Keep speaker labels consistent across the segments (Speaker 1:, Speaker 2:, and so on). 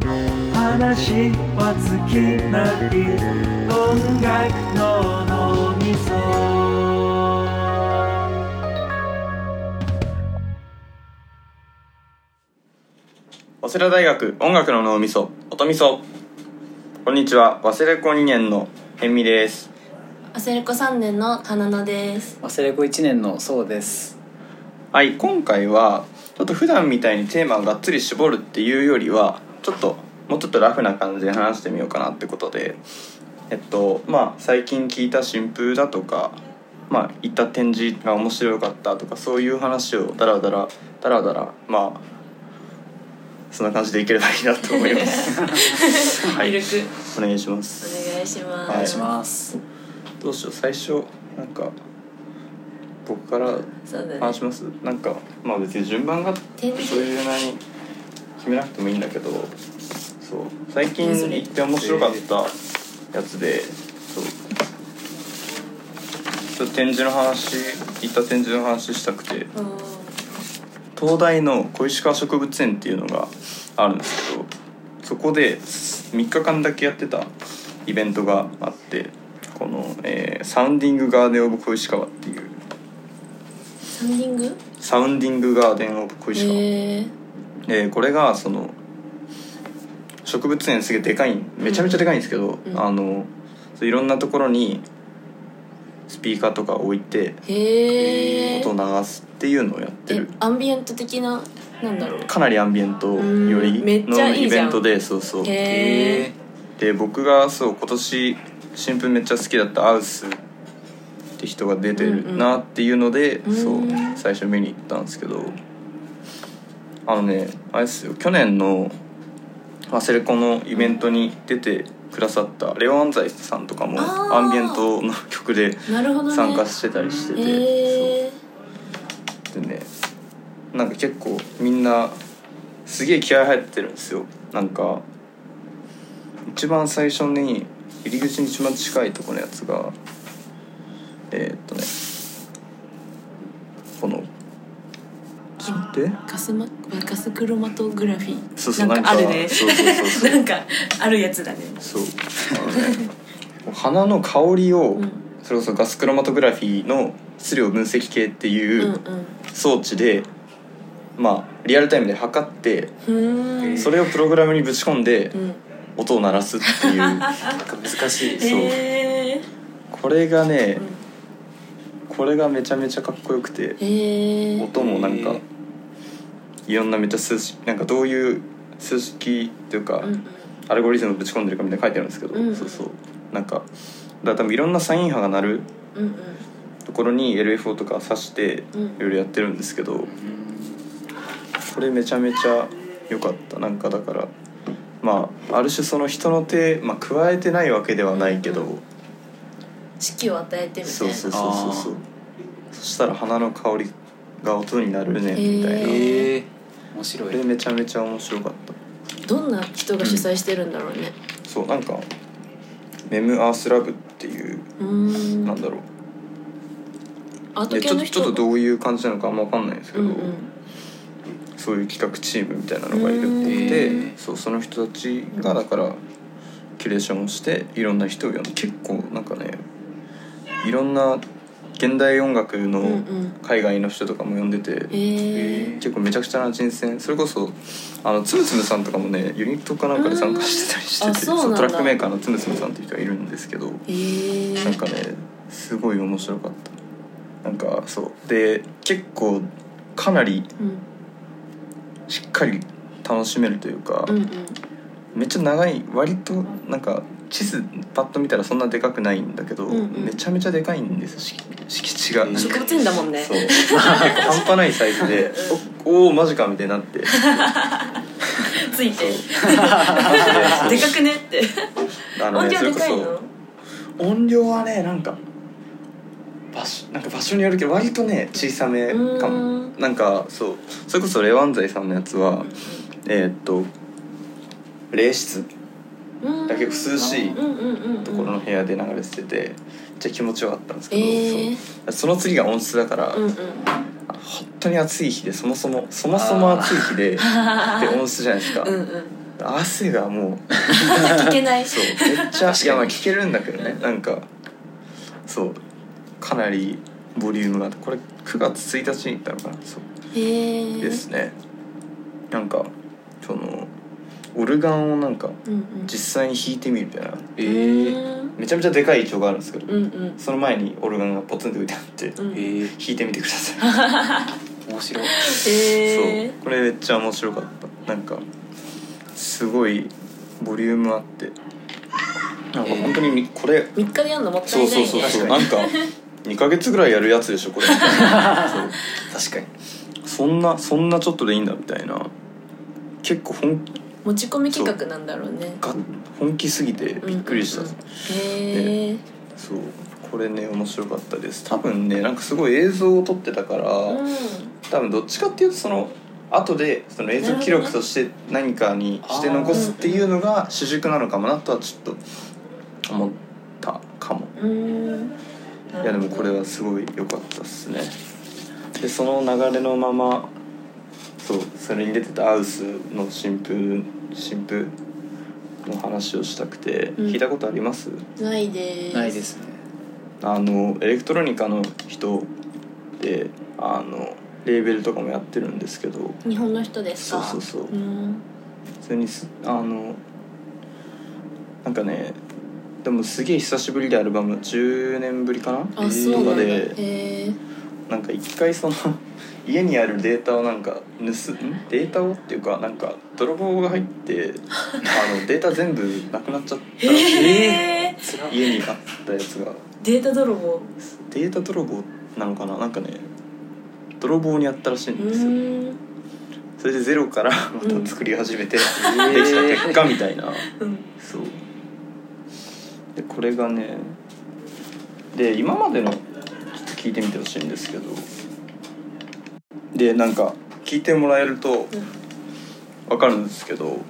Speaker 1: 話は尽きない音楽の脳みそ
Speaker 2: 早稲田大学音楽の脳みそ音みそこんにちは早稲田校2年の辺美です
Speaker 3: アセレコ3年のかなのです
Speaker 4: 忘れ子1年のそうです
Speaker 2: はい今回はちょっと普段みたいにテーマをがっつり絞るっていうよりはちょっともうちょっとラフな感じで話してみようかなってことでえっとまあ最近聞いた新風だとかまあ行った展示が面白かったとかそういう話をダラダラダラダラまあそんな感じでいければいいなと思います。 はい、お願いします。
Speaker 3: お願いします、
Speaker 2: お願いし
Speaker 4: します
Speaker 2: どうしよう最初なんか僕から
Speaker 3: そうだ
Speaker 2: 話
Speaker 3: ね
Speaker 2: しますなんかまあ別に順番がそう
Speaker 3: 展示
Speaker 2: いうなに決めなくてもいいんだけどそう最近
Speaker 3: それ
Speaker 2: 行って面白かったやつでそうちょっと展示の話行った展示の話したくて
Speaker 3: うん
Speaker 2: 東大の小石川植物園っていうのがあるんですけどそこで3日間だけやってたイベントがあってこの、えーサウンディング・ガーデン・オブ・小石川っていう
Speaker 3: サンディング
Speaker 2: サウンディング・ガーデン・オブ・小石川、え
Speaker 3: へえ
Speaker 2: ーこれがその植物園すげえでかいんめちゃめちゃでかいんですけど、
Speaker 3: うん
Speaker 2: あのそういろんなところにスピーカーとか置いて
Speaker 3: へえ
Speaker 2: 音を流すっていうのをやって
Speaker 3: え
Speaker 2: る
Speaker 3: アンビエント的ななんだろう
Speaker 2: かなりアンビエントよ
Speaker 3: う
Speaker 2: り
Speaker 3: んめっちゃ
Speaker 2: の
Speaker 3: い
Speaker 2: イ
Speaker 3: いじゃ
Speaker 2: ベ
Speaker 3: ん
Speaker 2: ントでそうそう
Speaker 3: へえ
Speaker 2: で僕がそう今年新聞めっちゃ好きだったアウスって人が出て
Speaker 3: うんう
Speaker 2: る
Speaker 3: ん
Speaker 2: なっていうので、
Speaker 3: ん
Speaker 2: そう最初見に行ったんですけどあのねあれですよ去年のワセレコのイベントに出てくださったレオ・アンザイスさんとかも
Speaker 3: あー
Speaker 2: アンビエントの曲で
Speaker 3: なるほどね
Speaker 2: 参加してたりしてて。
Speaker 3: へえ
Speaker 2: でねなんか結構みんなすげえ気合入ってるんですよなんか一番最初に入り口に一番近いとこのやつがえーっとねこのちょっと待って
Speaker 3: ガスマガスクロマトグラフィー
Speaker 2: そうそう
Speaker 3: なんかあるね
Speaker 2: そうそうそうそう
Speaker 3: なんかあるやつだね
Speaker 2: そうあのね花の香りを、
Speaker 3: うん
Speaker 2: それこそガスクロマトグラフィーの質量分析系って
Speaker 3: うん
Speaker 2: いうう装置で、まあリアルタイムで測って
Speaker 3: んふーん
Speaker 2: それをプログラムにぶち込んで
Speaker 3: うん
Speaker 2: 音を鳴らすっていう
Speaker 4: なんか難しい
Speaker 2: そう
Speaker 3: へえ
Speaker 2: これがねこれがめちゃめちゃかっこよくて
Speaker 3: へえ
Speaker 2: 音もなんか
Speaker 4: へー
Speaker 2: いろんなめっちゃ数式なんかどういう数式というか
Speaker 3: うん
Speaker 2: アルゴリズムぶち込んでるかみたいなの書いてあるんですけど、
Speaker 3: うん
Speaker 2: そうそうなんかだから多分いろんなサイン波が鳴る
Speaker 3: うんうん
Speaker 2: ところに LFO とか挿して
Speaker 3: うん
Speaker 2: いろいろやってるんですけど、これめちゃめちゃ良かったなんかだからまあある種その人の手、まあ、加えてないわけではないけど、
Speaker 3: うんうん式を与えてみたいな
Speaker 2: そうそうそうそうそうそしたら花の香りが音になるねみたいな、
Speaker 3: へー
Speaker 4: ええ面白
Speaker 2: こ
Speaker 4: い
Speaker 2: れめちゃめちゃ面白かっ
Speaker 3: どんな人が主催してるんだろうね
Speaker 2: たそうなんかメムアースラブっていう、
Speaker 3: うーん
Speaker 2: なんだろ
Speaker 3: アー
Speaker 2: う
Speaker 3: ト
Speaker 2: でち
Speaker 3: 系
Speaker 2: ょっ
Speaker 3: の
Speaker 2: とち
Speaker 3: 人
Speaker 2: ょっとどういう感じなのかあんま分かんないんですけ
Speaker 3: う
Speaker 2: ど、
Speaker 3: んうん
Speaker 2: そういう企画チームみたいなのがいるって言
Speaker 4: う
Speaker 2: っ
Speaker 4: ん
Speaker 2: てそうその人たちがだからキュレーションをしていろんな人を呼んで結構なんかねいろんな現代音楽
Speaker 3: うんう
Speaker 2: の
Speaker 3: ん
Speaker 2: 海外の人とかも呼んでて、
Speaker 3: へえ
Speaker 2: 結構めちゃくちゃな人選それこそあのつむつむさんとかもねユニットかなんかで参加してたりして
Speaker 3: うんあ
Speaker 2: て
Speaker 3: そうなんだ
Speaker 2: トラックメーカーのつむつむさんっていう人がいるんですけど
Speaker 3: へえ
Speaker 2: なんかねすごい面白かったなんかそうで結構かなり
Speaker 3: うん
Speaker 2: しっかり楽しめるというか、
Speaker 3: うんうん
Speaker 2: めっちゃ長い割となんか地図パッと見たらそんなでかくないんだけど、
Speaker 3: うんうん
Speaker 2: めちゃめちゃでかいんです敷敷地が。
Speaker 4: うん
Speaker 2: なんか
Speaker 3: 植物園だもんね
Speaker 2: そう結構半端ないサイズでおおーマジかみたいにな って
Speaker 3: ついて
Speaker 2: そう
Speaker 3: でかくねって
Speaker 2: あの
Speaker 3: 音
Speaker 2: ね
Speaker 3: 量
Speaker 2: それこ
Speaker 3: でかい
Speaker 2: そ
Speaker 3: の
Speaker 2: 音量はねなんか場所なんか場所によるけど割とね小さめかも
Speaker 3: うーん
Speaker 2: なんかそうそれこそレワンザイさんのやつはえーっと冷室
Speaker 3: うん
Speaker 2: だけど涼しい
Speaker 3: うんうんうんうん
Speaker 2: ところの部屋で流れててめっちゃ気持ちよかったんですけど、
Speaker 3: へえ
Speaker 2: そうその次が音質だから、
Speaker 3: うんうん
Speaker 2: 本当に暑い日でそもそもそもそも暑い日 でで温室じゃないですか、
Speaker 3: うんうん
Speaker 2: 汗がもう
Speaker 3: 聞けない
Speaker 2: そうめっちゃいやまあ聞けるんだけどねなんかそうかなりボリュームがあってこれ9月1日に行ったのかなそう
Speaker 3: へえ
Speaker 2: ですねなんかそのオルガンをなんか
Speaker 3: うんうん
Speaker 2: 実際に弾いてみるみたいな
Speaker 4: え
Speaker 3: え
Speaker 4: ー、
Speaker 2: めちゃめちゃでかいイチョウがあるんですけど
Speaker 3: うんうん
Speaker 2: その前にオルガンがポツンと置いてあって
Speaker 3: う
Speaker 2: 弾
Speaker 3: ん
Speaker 4: え
Speaker 3: へ
Speaker 4: ー、
Speaker 2: いてみてくださ
Speaker 4: 面白い
Speaker 2: い
Speaker 3: え
Speaker 2: そうこれめっちゃ面白かったなんかすごいボリュームあってなんか本当にみこれ
Speaker 3: 三日でやんのもった
Speaker 2: そう
Speaker 3: いないね
Speaker 2: そうそうそう
Speaker 4: 確
Speaker 2: な
Speaker 4: か
Speaker 2: ん
Speaker 4: に
Speaker 2: か2ヶ月ぐらいやるやつでしょこ れそう
Speaker 4: 確かに
Speaker 2: そんなそんなちょっとでいいんだみたいな結構本
Speaker 3: 持ち込み企画なんだろうね
Speaker 2: が本気すぎてびっくりした、
Speaker 3: うんうんへえ
Speaker 2: そうこれね面白かったです多分ねなんかすごい映像を撮ってたから、
Speaker 3: うん
Speaker 2: 多分どっちかっていうとその後でその映像記録として何かにして残すっていうのが主軸なのかもなとはちょっと思ったかも
Speaker 3: うん
Speaker 2: いやでもこれはすごい良かったっすねでその流れのままそうそれに出てたアウスの新婦新婦の話をしたくて、
Speaker 3: うん
Speaker 2: 聞いたことあります
Speaker 3: ないです
Speaker 4: ないですね
Speaker 2: あのエレクトロニカの人であのレーベルとかもやってるんですけど
Speaker 3: 日本の人です
Speaker 2: そう
Speaker 3: か
Speaker 2: そうそう
Speaker 3: うん
Speaker 2: 普通にすあのなんかねでもすげえ久しぶりでアルバム10年ぶりかな
Speaker 3: あそうなんだ
Speaker 2: で
Speaker 3: へえ
Speaker 2: なんか一回その 家にあるデータをなんか盗んデータをっていうかなんか泥棒が入って あのデータ全部なくなっちゃったらしい
Speaker 3: へえ
Speaker 4: つら
Speaker 2: 家にあったやつが
Speaker 3: データ泥棒
Speaker 2: データ泥棒なのかななんかね泥棒にあったらしい
Speaker 3: うん
Speaker 2: ですよ
Speaker 3: ーん
Speaker 2: それでゼロからまた作り始めて、できた結果みたいな
Speaker 3: うん
Speaker 2: そうでこれがねで今までのちょっと聞いてみてほしいんですけどでなんか聞いてもらえるとわかるんですけど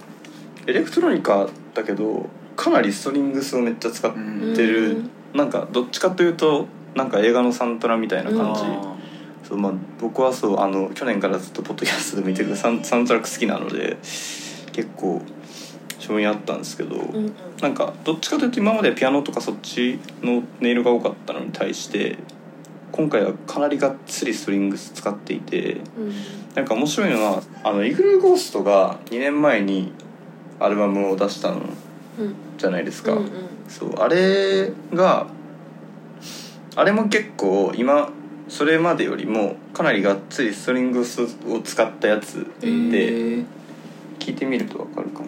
Speaker 2: エレクトロニカだけどかなりストリングスをめっちゃ使っ
Speaker 4: うん
Speaker 2: てる、
Speaker 3: うん
Speaker 2: なんかどっちかというとなんか映画のサントラみたいな感じ、
Speaker 4: あ
Speaker 2: そうまあ、僕はそうあの去年からずっとポッドキャストでも言ってるけどサンサントラック好きなので結構興味あったんですけど、
Speaker 3: うんうん
Speaker 2: なんかどっちかというと今までピアノとかそっちの音色が多かったのに対して今回はかなりがっつりストリングス使っていて
Speaker 3: うん
Speaker 2: なんか面白いのはあのイグルーゴーストが2年前にアルバムを出したの
Speaker 3: うん
Speaker 2: じゃないですか、
Speaker 3: うんうん
Speaker 2: そうあれがあれも結構今それまでよりもかなりがっつりストリングスを使ったやつ
Speaker 4: ーえー
Speaker 2: で聞いてみるとわかるかな。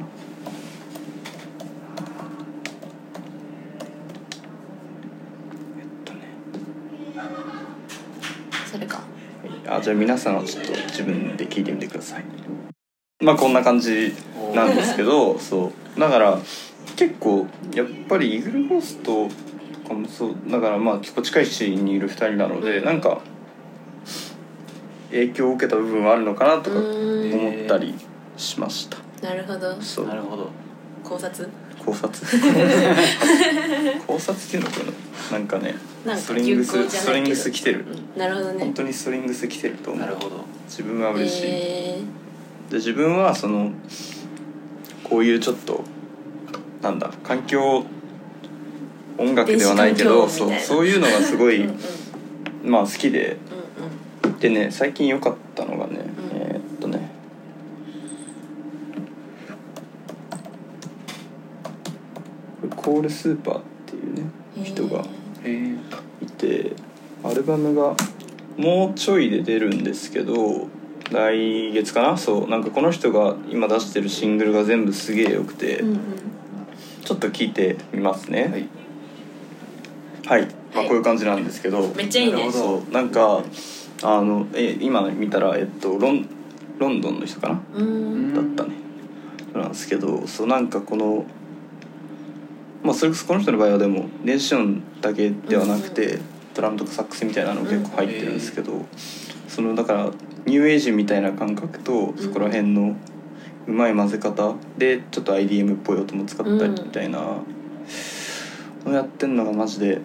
Speaker 2: えっとね
Speaker 3: それか
Speaker 2: あじゃあ皆さんはちょっと自分で聞いてみてくださいまあこんな感じなんですけどそうだから結構やっぱりイーグルゴーストとかもそうだからまあ結構近い位置にいる2人なのでなんか影響を受けた部分はあるのかなとか
Speaker 3: うーん
Speaker 2: 思ったりしました
Speaker 3: なるほど
Speaker 2: そう
Speaker 4: なるほど
Speaker 3: 考察
Speaker 2: 考察 考察っていうのかななんかね
Speaker 3: なん
Speaker 2: ス
Speaker 3: か
Speaker 2: トリン
Speaker 3: 有
Speaker 2: グ
Speaker 3: 効じゃな
Speaker 2: ス
Speaker 3: いけど
Speaker 2: ストリングス来てる
Speaker 3: うんなるほど
Speaker 2: 本
Speaker 3: ね
Speaker 2: 当にストリングス来てると思
Speaker 4: なる
Speaker 2: う
Speaker 4: ほど
Speaker 2: 自分は嬉しい、
Speaker 3: へー
Speaker 2: で自分はそのこういうちょっとなんだ環境音楽ではないけど
Speaker 3: 電子
Speaker 2: そ
Speaker 3: 環境音
Speaker 2: う
Speaker 3: みたいな
Speaker 2: そういうのがすごい
Speaker 3: うんうん
Speaker 2: まあ好きで
Speaker 3: うんうん
Speaker 2: でね最近良かったのがね、
Speaker 3: うん
Speaker 2: えーっとねこれコールスーパーっていうね人が
Speaker 4: え
Speaker 2: い
Speaker 4: ー、
Speaker 2: てアルバムがもうちょいで出るんですけど来月かなそうなんかこの人が今出してるシングルが全部すげえよくて、
Speaker 3: うんうん
Speaker 2: ちょっと聞いてみますね
Speaker 4: はい
Speaker 2: はい、まあ、
Speaker 3: はい
Speaker 2: こういう感じなんですけど、
Speaker 3: めっちゃいいね
Speaker 2: なるほどそうなんかあのえ今見たらえっとロンロンドンの人かな
Speaker 3: う
Speaker 4: うん
Speaker 3: ん
Speaker 2: だったね、そうなんですけどそうなんかこのまあそれこそこの人の場合はでも電子音だけではなくて、ドラムとかサックスみたいなのも結構入ってるんですけど、そのだからニューエイジみたいな感覚とそこら辺のうまい混ぜ方でちょっと IDM っぽい音も使ったりみたいなのやってんのがマジで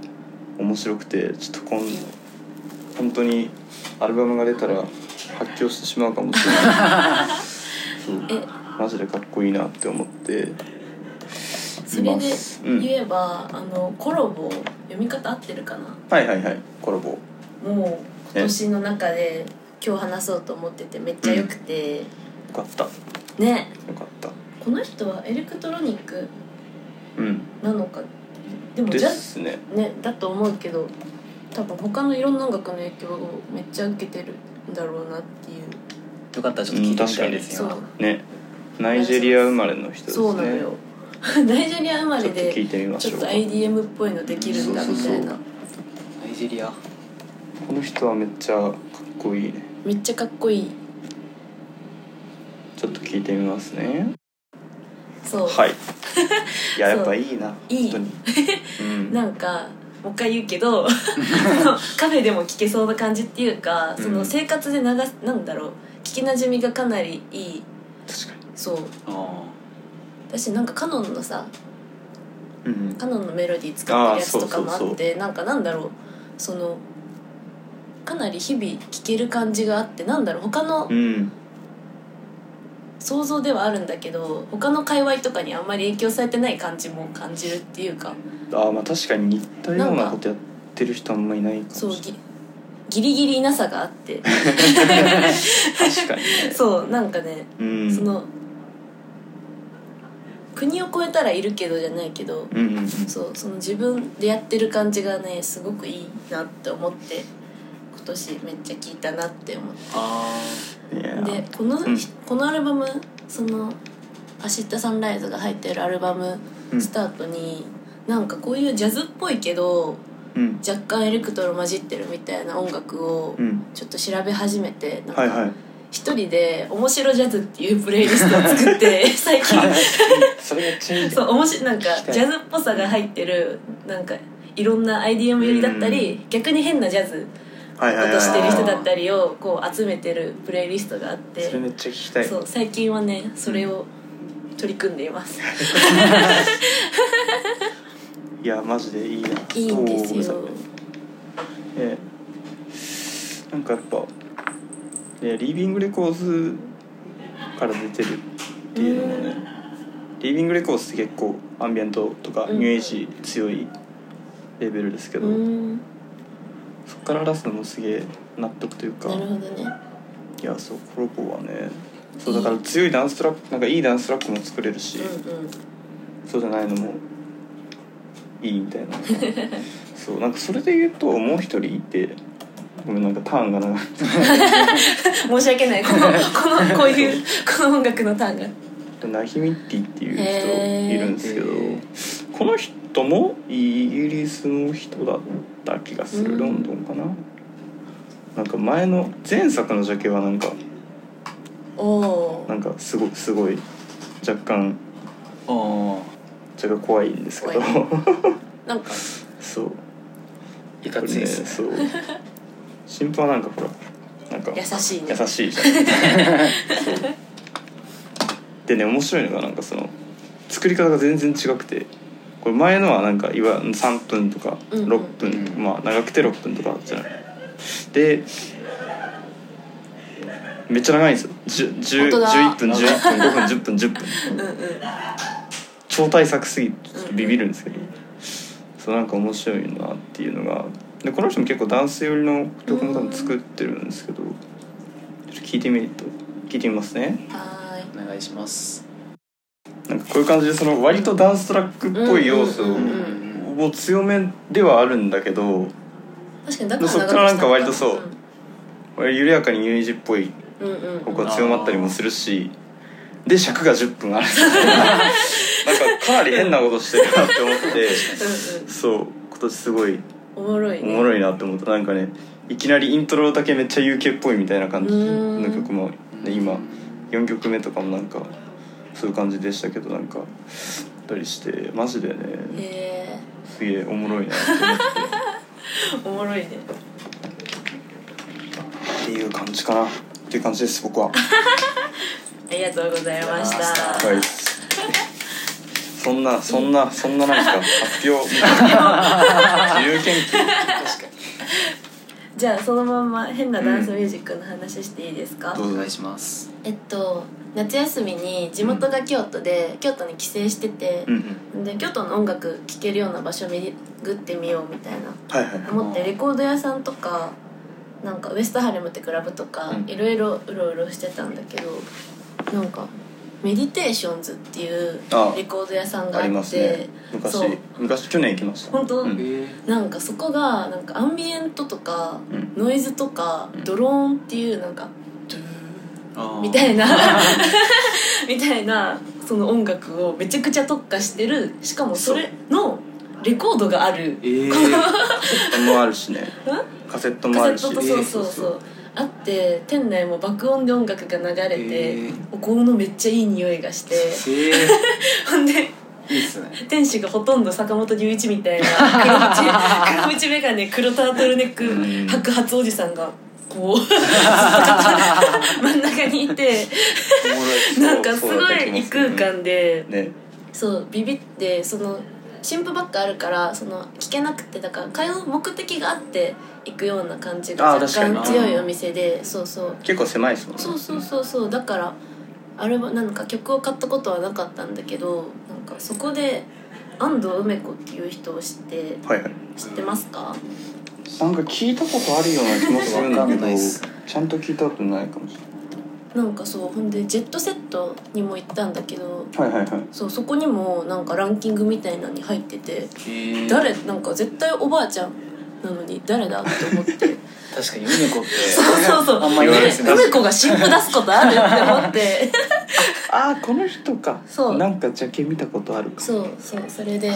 Speaker 2: 面白くてちょっと今本当にアルバムが出たら発狂してしまうかもしれないそう
Speaker 3: え
Speaker 2: マジでかっこいいなって思って
Speaker 3: それで言えば、あのコラボ読み方合ってるかな
Speaker 2: はいはいはいコラボ
Speaker 3: もう今年の中で今日話そうと思っててめっちゃ良くて、
Speaker 2: よかったよ
Speaker 3: ね
Speaker 2: かった
Speaker 3: この人はエレクトロニック
Speaker 2: うん
Speaker 3: なのかでも
Speaker 2: で
Speaker 3: ジャ
Speaker 2: すね
Speaker 3: ねだと思うけど多分他のいろんな音楽の影響をめっちゃ受けてるんだろうなっていう
Speaker 4: よかったらちょっと聞いてみたいです
Speaker 3: そ
Speaker 4: よ、
Speaker 3: う
Speaker 2: ねナイジェリア生まれの人ですね
Speaker 3: そうなのよ ナイジェリア生ま
Speaker 2: ち
Speaker 3: れ
Speaker 2: ょっと聞いて
Speaker 3: で
Speaker 2: みまし
Speaker 3: ちょ
Speaker 2: ょ
Speaker 3: っ
Speaker 2: う
Speaker 3: と
Speaker 2: か
Speaker 3: IDM っぽいのできるんだみたいな
Speaker 4: ナイジェリア
Speaker 2: この人はめっちゃかっこいいね
Speaker 3: めっちゃかっこいい
Speaker 2: ちょっと聞いてみますね
Speaker 3: そう、
Speaker 2: はい いや
Speaker 3: そう
Speaker 2: やっぱいいない本
Speaker 3: い
Speaker 2: 当に、 うん、
Speaker 3: なんかもう一回言う けどそのカフェでも聴けそうな感じっていうかそうの
Speaker 2: ん
Speaker 3: 生活で流すなんだろう聞きなじみがかなりいい
Speaker 2: 確かに
Speaker 3: そう
Speaker 4: あ
Speaker 3: 私なんかカノンのさ
Speaker 2: うん
Speaker 3: カノンのメロディー使ってるやつとかもあって
Speaker 2: あーそう
Speaker 3: なんかなんだろうそのかなり日々聴ける感じがあってなんだろう他の
Speaker 2: うん
Speaker 3: 想像ではあるんだけど他の界隈とかにあんまり影響されてない感じも感じるっていうか
Speaker 2: あーまあ確かに似たよう
Speaker 3: なん
Speaker 2: な
Speaker 3: か
Speaker 2: ことやってる人あんまいないかもし
Speaker 3: そ
Speaker 2: れ
Speaker 3: う
Speaker 2: ない
Speaker 3: ぎギリギリいなさがあって
Speaker 2: 確かにね
Speaker 3: そうなんかね
Speaker 2: うん
Speaker 3: その国を越えたらいるけどじゃないけど
Speaker 2: うんうんうん
Speaker 3: そうその自分でやってる感じがねすごくいいなって思って今年めっちゃ聴いたなって思って
Speaker 4: ーあ
Speaker 2: いや
Speaker 3: でこの,、
Speaker 2: うん
Speaker 3: このアルバムその「明日サンライズ」が入ってるアルバム
Speaker 2: うん
Speaker 3: スタートに、なんかこういうジャズっぽいけど
Speaker 2: うん
Speaker 3: 若干エレクトロ混じってるみたいな音楽を
Speaker 2: うん
Speaker 3: ちょっと調べ始めてなんか
Speaker 2: はいは い
Speaker 3: 一人で「面白ジャズ」っていうプレイリストを作って 最近
Speaker 2: それめっちゃいいね
Speaker 3: そう面白いなんか
Speaker 2: 聞きたい
Speaker 3: ジャズっぽさが入ってるなんかいろんな IDM 寄りだったり、逆に変なジャズ
Speaker 2: はい
Speaker 3: こ
Speaker 2: はいはい
Speaker 3: と
Speaker 2: はい
Speaker 3: してる人だったりをこう集めてるプレイリストがあって
Speaker 2: それめっちゃ聞きたい
Speaker 3: そう最近はねそれを取り組んで います
Speaker 2: いやマジでいいない
Speaker 3: いんですよ
Speaker 2: おーごめんなさいええなんかやっぱ、ね、リービングレコーズから出てるっていうのもね、リービングレコーズって結構アンビエントとか
Speaker 3: うん
Speaker 2: ニューエイジ強いレベルですけ
Speaker 3: う
Speaker 2: ど、
Speaker 3: んな
Speaker 2: そっから出すのもすげえ納得というか
Speaker 3: るほどね
Speaker 2: いやそうコロボはねそうだから強いダンストラックなんかいいダンストラックも作れるし、
Speaker 3: うんうん
Speaker 2: そうじゃないのもいいみたいなそうなんかそれで言うともう一人いてごめんなんかターンが長い
Speaker 3: 申し訳な いこのこのこういうこの音楽のターンが
Speaker 2: ナヒミッティっていう人
Speaker 3: へー
Speaker 2: いるんですけ
Speaker 4: へ
Speaker 2: どこの人もイギリスの人だった気がする、
Speaker 3: うん
Speaker 2: ロンドンかななんか前の前作のジャケはなんか
Speaker 3: おお
Speaker 2: なんかすごいすごい若干
Speaker 4: あー
Speaker 2: 若干怖いんですけど
Speaker 3: なんか
Speaker 2: そう
Speaker 4: い
Speaker 2: こ
Speaker 4: か
Speaker 2: れ
Speaker 4: つい
Speaker 2: ね
Speaker 4: ですね
Speaker 2: そう新婦はなんかほらなんか
Speaker 3: 優しいね
Speaker 2: 優しいじ ゃないですかそうでね面白いのがなんかその作り方が全然違くてこれ前のはなんかいわ3分とか
Speaker 3: うんうん
Speaker 2: 6分、
Speaker 4: うん
Speaker 2: まあ長くて6分とかじゃないでめっちゃ長いんですよ10 10
Speaker 3: 本当だ
Speaker 2: 11分11分5分10分10分
Speaker 3: うんうん
Speaker 2: 超大作すぎてちょっとビビるんですけど、そうなんか面白いなっていうのがでこの人も結構ダンス寄りの曲も多分作ってるんですけど、ちょっと聞いてみると聞いてみますね
Speaker 3: はーい
Speaker 4: お願いします
Speaker 2: なんかこういう感じでその割とダンストラックっぽい要素
Speaker 3: うんうんうん
Speaker 2: を強めではあるんだけど
Speaker 3: 確かにだから
Speaker 2: そっからなんか割とそう
Speaker 3: 長くし
Speaker 2: 緩やかにニューエイジっぽい
Speaker 3: たのかうんうんうん
Speaker 2: ここが強まったりもするしで尺が10分ある なんかかなり変なことしてるなって思って
Speaker 3: うん
Speaker 2: そう今年すごい
Speaker 3: うんおもろい
Speaker 2: お
Speaker 3: ね
Speaker 2: もろいなって思ったなんかねいきなりイントロだけめっちゃ UK っぽいみたいな感じ
Speaker 3: うー
Speaker 2: の
Speaker 3: ん
Speaker 2: 曲もで今4曲目とかもなんかそういう感じでしたけどなんかたりしてマジでね
Speaker 3: へ
Speaker 2: すげえおもろいなって思っ
Speaker 3: ーおもろいね
Speaker 2: てっていう感じかなっていう感じです僕は。
Speaker 3: ありがとうございまし
Speaker 4: あ
Speaker 3: た
Speaker 2: はいそんなそんなそんななんか発表みたいな自由研究
Speaker 4: 確かに
Speaker 3: じゃあそのまんま変なダンスミュージックの話していいですか、
Speaker 2: どう
Speaker 4: お
Speaker 2: ぞ
Speaker 4: 願いします
Speaker 3: えっと夏休みに地元が京都で、京都に帰省してて
Speaker 2: う、んうん
Speaker 3: で京都の音楽聴けるような場所巡ってみようみたいな
Speaker 2: はいはいはい
Speaker 3: 思ってレコード屋さんとかなんかウエストハレムってクラブとか
Speaker 2: うん
Speaker 3: いろいろうろうろしてたんだけどなんかメディテーションズっていう
Speaker 2: あ
Speaker 3: レコード屋さんが
Speaker 2: あり
Speaker 3: あ
Speaker 2: ま
Speaker 3: っ
Speaker 2: すね
Speaker 3: て
Speaker 2: 昔
Speaker 3: そう
Speaker 2: 昔去年行きました
Speaker 3: 本当、
Speaker 2: うん
Speaker 4: え
Speaker 3: なんかそこがなんかアンビエントとか
Speaker 2: うん
Speaker 3: ノイズとか
Speaker 2: うん
Speaker 3: ドローンっていうなんかドゥーンみ
Speaker 4: い
Speaker 3: た いな みたいなその音楽をめちゃくちゃ特化してるしかもそれのレコードがある
Speaker 4: えー、
Speaker 2: もあるしねカセットもあ
Speaker 3: カ
Speaker 2: るし
Speaker 3: セットとそうそうそう、あって店内も爆音で音楽が流れて、
Speaker 4: えー
Speaker 3: お香のめっちゃいい匂い がして
Speaker 4: え
Speaker 3: ほんで
Speaker 4: ー、いいっすね
Speaker 3: 店主がほとんど坂本龍一みたいな黒縁 黒縁眼鏡黒タートルネ
Speaker 2: う
Speaker 3: ッ
Speaker 2: ん
Speaker 3: ク白髪おじさんが こうずっと真ん中にいて
Speaker 2: おもろい
Speaker 3: なんかすご
Speaker 2: そうだった気
Speaker 3: い
Speaker 2: も
Speaker 3: 異
Speaker 2: する
Speaker 3: 空間で
Speaker 2: ね
Speaker 3: そうビビってその新譜ばっかあるからその聞けなくてだから通う目的があって行くような感じが
Speaker 2: あー
Speaker 3: 若
Speaker 2: 確かに
Speaker 3: 干強いお店でそうそう
Speaker 2: 結構狭いですもんね
Speaker 3: そうそうそうそうだからあれはなんか曲を買ったことはなかったんだけどなんかそこで安藤梅子っていう人を知って
Speaker 2: はいはい
Speaker 3: 知ってますか
Speaker 2: なんか聞いたことあるような気もするんだ
Speaker 4: わか
Speaker 2: け
Speaker 4: んない
Speaker 2: ど
Speaker 4: っす
Speaker 2: ちゃんと聞いたことないかもし
Speaker 3: なんかそうほんでジェットセットにも行ったんだけど
Speaker 2: れないはいはいはい
Speaker 3: そうそこにもなんかランキングみたいなのに入ってて
Speaker 4: えー、
Speaker 3: 誰なんか絶対おばあちゃんなのに誰だって思 って。
Speaker 4: 確かに梅子って
Speaker 3: そうそうそう。
Speaker 4: あんま言わないですね
Speaker 3: 梅子が新婦出すことあるって思って。
Speaker 2: ああこの人か
Speaker 3: そう
Speaker 2: なんかジャケ見たことあるか
Speaker 3: そうそうそれで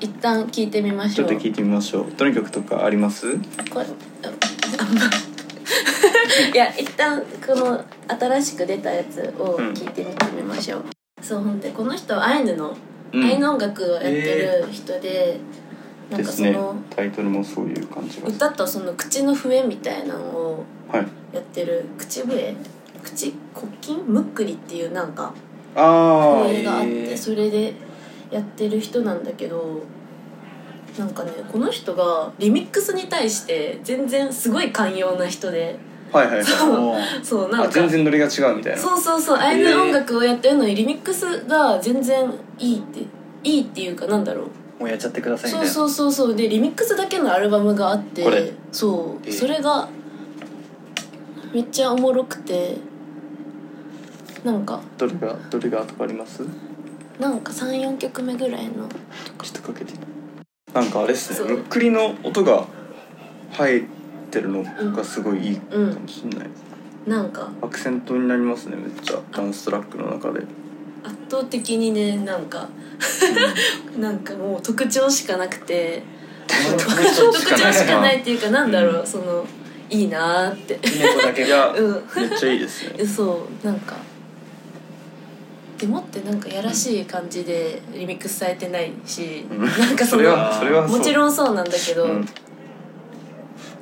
Speaker 3: 一旦聞いてみまし
Speaker 2: ちょ
Speaker 3: ょ
Speaker 2: っ
Speaker 3: う。
Speaker 2: と聞いてみましょうどの曲とかあります
Speaker 3: これああんまいや一旦この新しく出たやつを聞いてみてみましょう。そうほんでこの人はアイヌの、
Speaker 2: うん
Speaker 3: アイヌ音楽をやってる人で、なん
Speaker 2: で
Speaker 3: か
Speaker 2: す
Speaker 3: そ
Speaker 2: ね
Speaker 3: の、
Speaker 2: タイトルもそういう感じが
Speaker 3: 歌とその口の笛みたいなのを
Speaker 2: はい
Speaker 3: やってる口笛口骨筋むっくりっていうなんか。
Speaker 2: あ
Speaker 3: 公
Speaker 2: あ
Speaker 3: 演があっ
Speaker 4: へ
Speaker 3: て
Speaker 4: ー
Speaker 3: それでやってる人なんだけどなんかねこの人がリミックスに対して全然すごい寛容な人で
Speaker 2: はいはいはい
Speaker 4: おー
Speaker 3: そうなん
Speaker 2: あ
Speaker 3: か
Speaker 2: 全然ノリが違うみたいな
Speaker 3: そうそうそうアイヌ音楽をやってるのにリミックスが全然いいっていいっていうかなんだろう
Speaker 4: もうやっちゃってくださいね
Speaker 3: そうそうそうそうでリミックスだけのアルバムがあって
Speaker 2: これ
Speaker 3: そう、
Speaker 4: えー
Speaker 3: それがめっちゃおもろくてなんか
Speaker 2: どれがどれがとかあります
Speaker 3: なんか34曲目ぐらいの
Speaker 2: ちょっとかけてなんかあれっすね
Speaker 3: そう
Speaker 2: むっくりの音が入ってるのがすごいいいか
Speaker 3: うん
Speaker 2: もしんない、
Speaker 3: なんか
Speaker 2: アクセントになりますねめっちゃダンストラックの中で、
Speaker 3: 圧倒的にねなんか なんかもう特徴しかなくて 特徴しかないっていうかなんだろう、そのいいなーって
Speaker 4: 梅子だけ
Speaker 2: いや
Speaker 3: うん
Speaker 2: めっちゃいいですね
Speaker 3: そうなんかでもってなんかやらしい感じでリミックスされてないし、
Speaker 2: うん
Speaker 3: なんかそ
Speaker 2: れ
Speaker 3: の
Speaker 2: はそれはそう
Speaker 3: もちろんそうなんだけど、
Speaker 2: うん、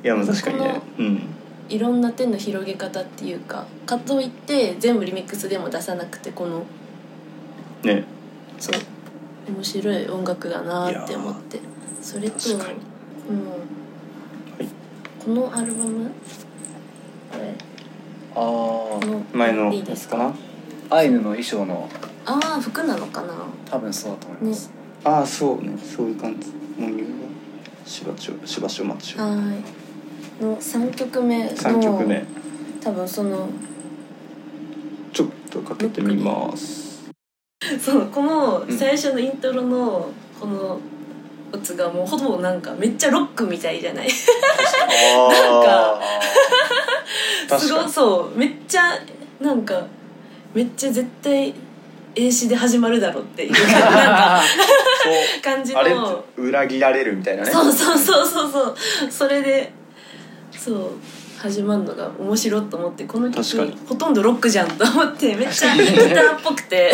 Speaker 2: いやまあ確かにね
Speaker 3: こ
Speaker 2: うん
Speaker 3: いろんな手の広げ方っていうかかといって全部リミックスでも出さなくてこの
Speaker 2: ね
Speaker 3: そう面白い音楽だなーって思ってそれと
Speaker 2: 確かに
Speaker 3: うん
Speaker 2: い
Speaker 3: このアルバムこれ
Speaker 4: あ
Speaker 3: こ
Speaker 4: ー
Speaker 3: の
Speaker 2: 前の
Speaker 3: いい
Speaker 2: や
Speaker 3: です
Speaker 2: つか
Speaker 3: か
Speaker 2: な
Speaker 4: アイヌの衣装の
Speaker 3: ああ服なのかな
Speaker 4: 多分そうだと思いま
Speaker 3: ね
Speaker 4: す、
Speaker 2: ああそうねそういう感じもう言うわしばしばしばしば待ち
Speaker 3: はーいの3曲目の
Speaker 2: 3曲目
Speaker 3: 多分その
Speaker 2: ちょっとかけてみます
Speaker 3: そうこの
Speaker 2: うん
Speaker 3: 最初のイントロのこのやつがもうほぼなんかめっちゃロックみたいじゃないす
Speaker 2: あー確
Speaker 3: ご
Speaker 2: か
Speaker 3: い
Speaker 2: に
Speaker 3: そうめっちゃなんかめっちゃ絶対英詞で始まるだろっていう感じなんか
Speaker 2: そう
Speaker 3: 感じ
Speaker 2: あれ
Speaker 3: の
Speaker 2: 裏切られるみたいなね
Speaker 3: そうそうそうそうそうそれでそう始まるのが面白いと思ってこの
Speaker 2: 確か
Speaker 3: 曲
Speaker 2: に
Speaker 3: ほとんどロックじゃんと思ってめっちゃギターっぽくて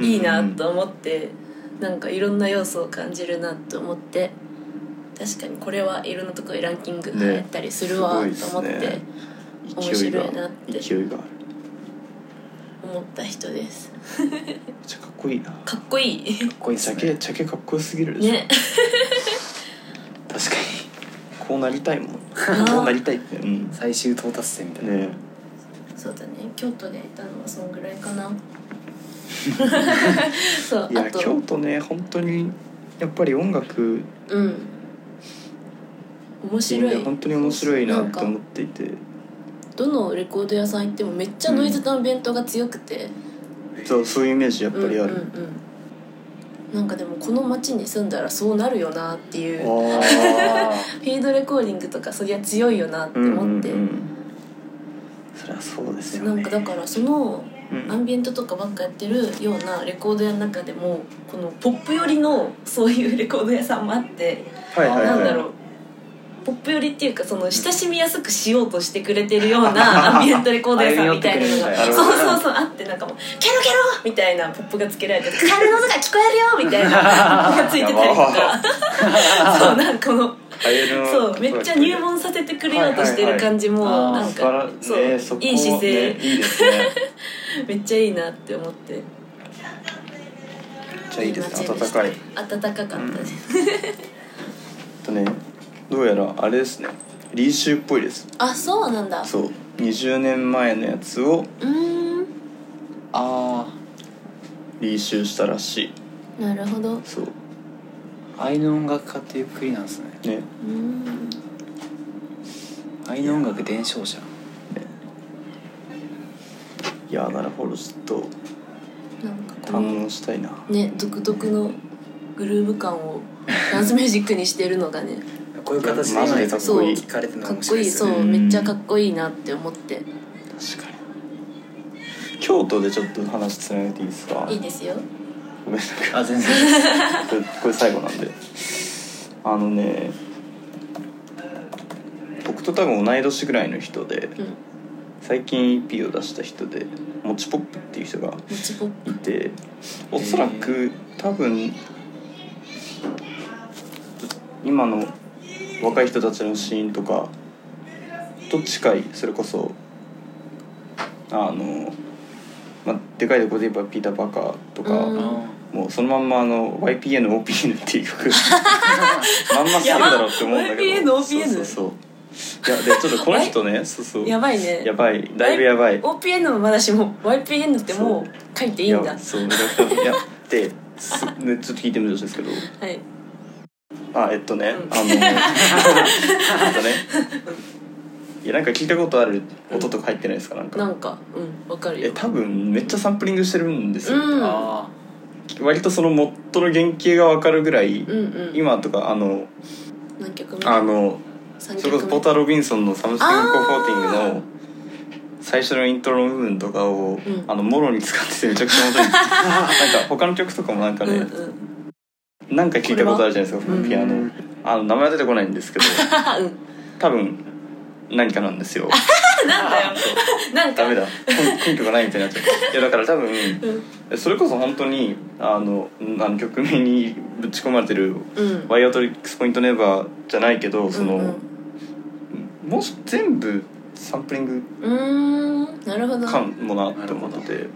Speaker 3: いいなと思ってなんかいろんな要素を感じるなと思って確かにこれはいろんなとこにランキング
Speaker 2: ね
Speaker 3: 入ったりするわ
Speaker 2: すごいっ
Speaker 3: と思
Speaker 2: すね
Speaker 3: って
Speaker 2: 勢いが
Speaker 3: 面白いなって
Speaker 2: 勢いがある
Speaker 3: 思った人です
Speaker 2: めっちゃかっこいいな
Speaker 3: かっこいい
Speaker 4: かっこいいっ
Speaker 2: ジ
Speaker 4: す
Speaker 2: ャ
Speaker 4: ね
Speaker 2: ケジャケかっこよすぎるでしょ、
Speaker 3: ね
Speaker 2: 確かにこうなりたいもんこ
Speaker 3: ー
Speaker 2: うなりたいってうんね
Speaker 4: 最終到達点みたいな、
Speaker 2: え
Speaker 3: そうだね京都でいたのはそんぐらいか なそう
Speaker 2: い
Speaker 3: あ
Speaker 2: や
Speaker 3: と
Speaker 2: 京都ね本当にやっぱり音楽
Speaker 3: うん面
Speaker 2: いいん
Speaker 3: 白
Speaker 2: で
Speaker 3: い
Speaker 2: 本当に面白いな
Speaker 3: な
Speaker 2: っ
Speaker 3: ん
Speaker 2: て
Speaker 3: か
Speaker 2: 思っていて
Speaker 3: どのレコード屋さん行ってもめっちゃノイズのイベントが強くて、
Speaker 2: そうそういうイメージやっぱりあ
Speaker 3: うん
Speaker 2: る、
Speaker 3: うんうん、なんかでもこの町に住んだらそうなるよなっていうフ
Speaker 2: あ
Speaker 4: あ
Speaker 3: ィードレコーディングとかそりゃ強いよなって
Speaker 2: うんうん
Speaker 3: 思って、
Speaker 2: うんそりゃそうですよ
Speaker 3: なん
Speaker 2: ね
Speaker 3: かだからその
Speaker 2: うん
Speaker 3: アンビエントとかばっかやってるようなレコード屋の中でもこのポップ寄りのそういうレコード屋さんもあって、
Speaker 2: はいはいはい
Speaker 3: なんだろうポップ寄りっていうかその親しみやすくしようとしてくれてるよう なアンビエントレコード屋さんみたいなのが
Speaker 2: 歩み寄ってくれるみたいな
Speaker 3: そうそうそうあってなんかもう「ケロケロ!」みたいなポップがつけられて「風の音が聞こえるよ!」みたい なポップがついてたりとかそうなんかこの。
Speaker 2: カエルの
Speaker 3: そうめっちゃ入門させてくれようとしてる感じも
Speaker 4: はいはいはいあー
Speaker 3: なん
Speaker 2: 素晴
Speaker 3: からそう
Speaker 2: ねそこ
Speaker 3: いい姿勢
Speaker 2: ねいいですね
Speaker 3: めっちゃいいなって思って
Speaker 2: めっちゃいいですね
Speaker 3: 街で
Speaker 2: 暖
Speaker 3: した
Speaker 2: かい
Speaker 3: 暖かかったです、
Speaker 2: えっとねどうやらあれですねリーシューっぽいです
Speaker 3: あそうなんだ
Speaker 2: そう20年前のやつを
Speaker 3: うーん
Speaker 4: ああ
Speaker 2: リーシューしたらしい
Speaker 3: なるほどう
Speaker 2: そう
Speaker 4: あ愛の音楽家っていうくくりなんですね
Speaker 2: ね
Speaker 3: ーん
Speaker 4: 愛の音楽伝承者
Speaker 2: いやーなるほどちょっと
Speaker 3: なんかこ
Speaker 2: 堪能
Speaker 3: の
Speaker 2: したいな
Speaker 3: ね独特のグルーヴ感をダンスミュージックにしてるのが ね
Speaker 4: こういう形で
Speaker 2: マジでかっこいい
Speaker 4: 聞かれてるの
Speaker 3: かっ
Speaker 4: が面
Speaker 3: こ
Speaker 4: 白
Speaker 3: い
Speaker 4: い
Speaker 3: い
Speaker 4: です
Speaker 3: そ
Speaker 4: よね
Speaker 3: うめっちゃかっこいいなって思って
Speaker 2: 確かに京都でちょっと話つなげていいですか
Speaker 3: いいですよ
Speaker 2: ごめんなさい
Speaker 4: あ全然
Speaker 2: これこれ最後なんであのね僕と多分同い年ぐらいの人で
Speaker 3: うん
Speaker 2: 最近 EP を出した人でもちポップっていう人が
Speaker 3: もちポッ
Speaker 2: いておそらく多分今の若い人たちのシーンとかと近いそれこそあの、まあ、でかいところで言えばピーター・パーカーとか。
Speaker 3: うん
Speaker 2: もうそのまんまあの YPN OPN っていう 曲まんましてるだろうって思うんだけど
Speaker 3: やば YPN
Speaker 2: そうそうそういやでちょっとこの人ねそうそう
Speaker 3: プやばいね
Speaker 2: やばいだいぶやばい
Speaker 3: OPN もまだしも YPN ってもう書いていいんだ
Speaker 2: やそうだからいやで、すね、ちょっと聞いてみてほしいですけど
Speaker 3: はい
Speaker 2: あえっとね、
Speaker 3: うん
Speaker 2: あのえっとねいやなんか聞いたことある音とか入ってないですかなん
Speaker 3: な
Speaker 2: か
Speaker 3: んかうんわかる
Speaker 2: え
Speaker 3: よ
Speaker 2: 多分めっちゃサンプリングしてるんですよ、
Speaker 3: うん
Speaker 4: あ
Speaker 2: 割とそのモットの原型がわかるぐらい、
Speaker 3: うんうん
Speaker 2: 今とかあの
Speaker 3: 何曲目
Speaker 2: あの
Speaker 3: 三
Speaker 2: それ
Speaker 3: 曲
Speaker 2: こそポー
Speaker 3: 目
Speaker 2: ター・ロビンソンの「サムスティング・コーフォーティング」の最初のイントロの部分とかを、
Speaker 3: うん
Speaker 2: あのもろに使っててめちゃくちゃ面白 いなんか他の曲とかもなんかね、
Speaker 3: うんうん
Speaker 2: なんか聞いたことあるじゃないですか
Speaker 3: これは
Speaker 2: ピア
Speaker 4: う
Speaker 2: ノ
Speaker 4: ん
Speaker 2: あの名前は出てこないんですけど
Speaker 3: あうん
Speaker 2: 多分何かなんですよ
Speaker 3: なんだよなんか
Speaker 2: ダメだ根根拠がないみたいになっちゃういやだから多分
Speaker 3: うん
Speaker 2: それこそ本当にあのあの曲名にぶち込まれてる
Speaker 3: うん
Speaker 2: 「ワイオトリックス・ポイント・ネバー」じゃないけどその、
Speaker 3: うん
Speaker 2: もし全部サンプリング
Speaker 3: うんうーんなるほど
Speaker 2: 感もなって思ってて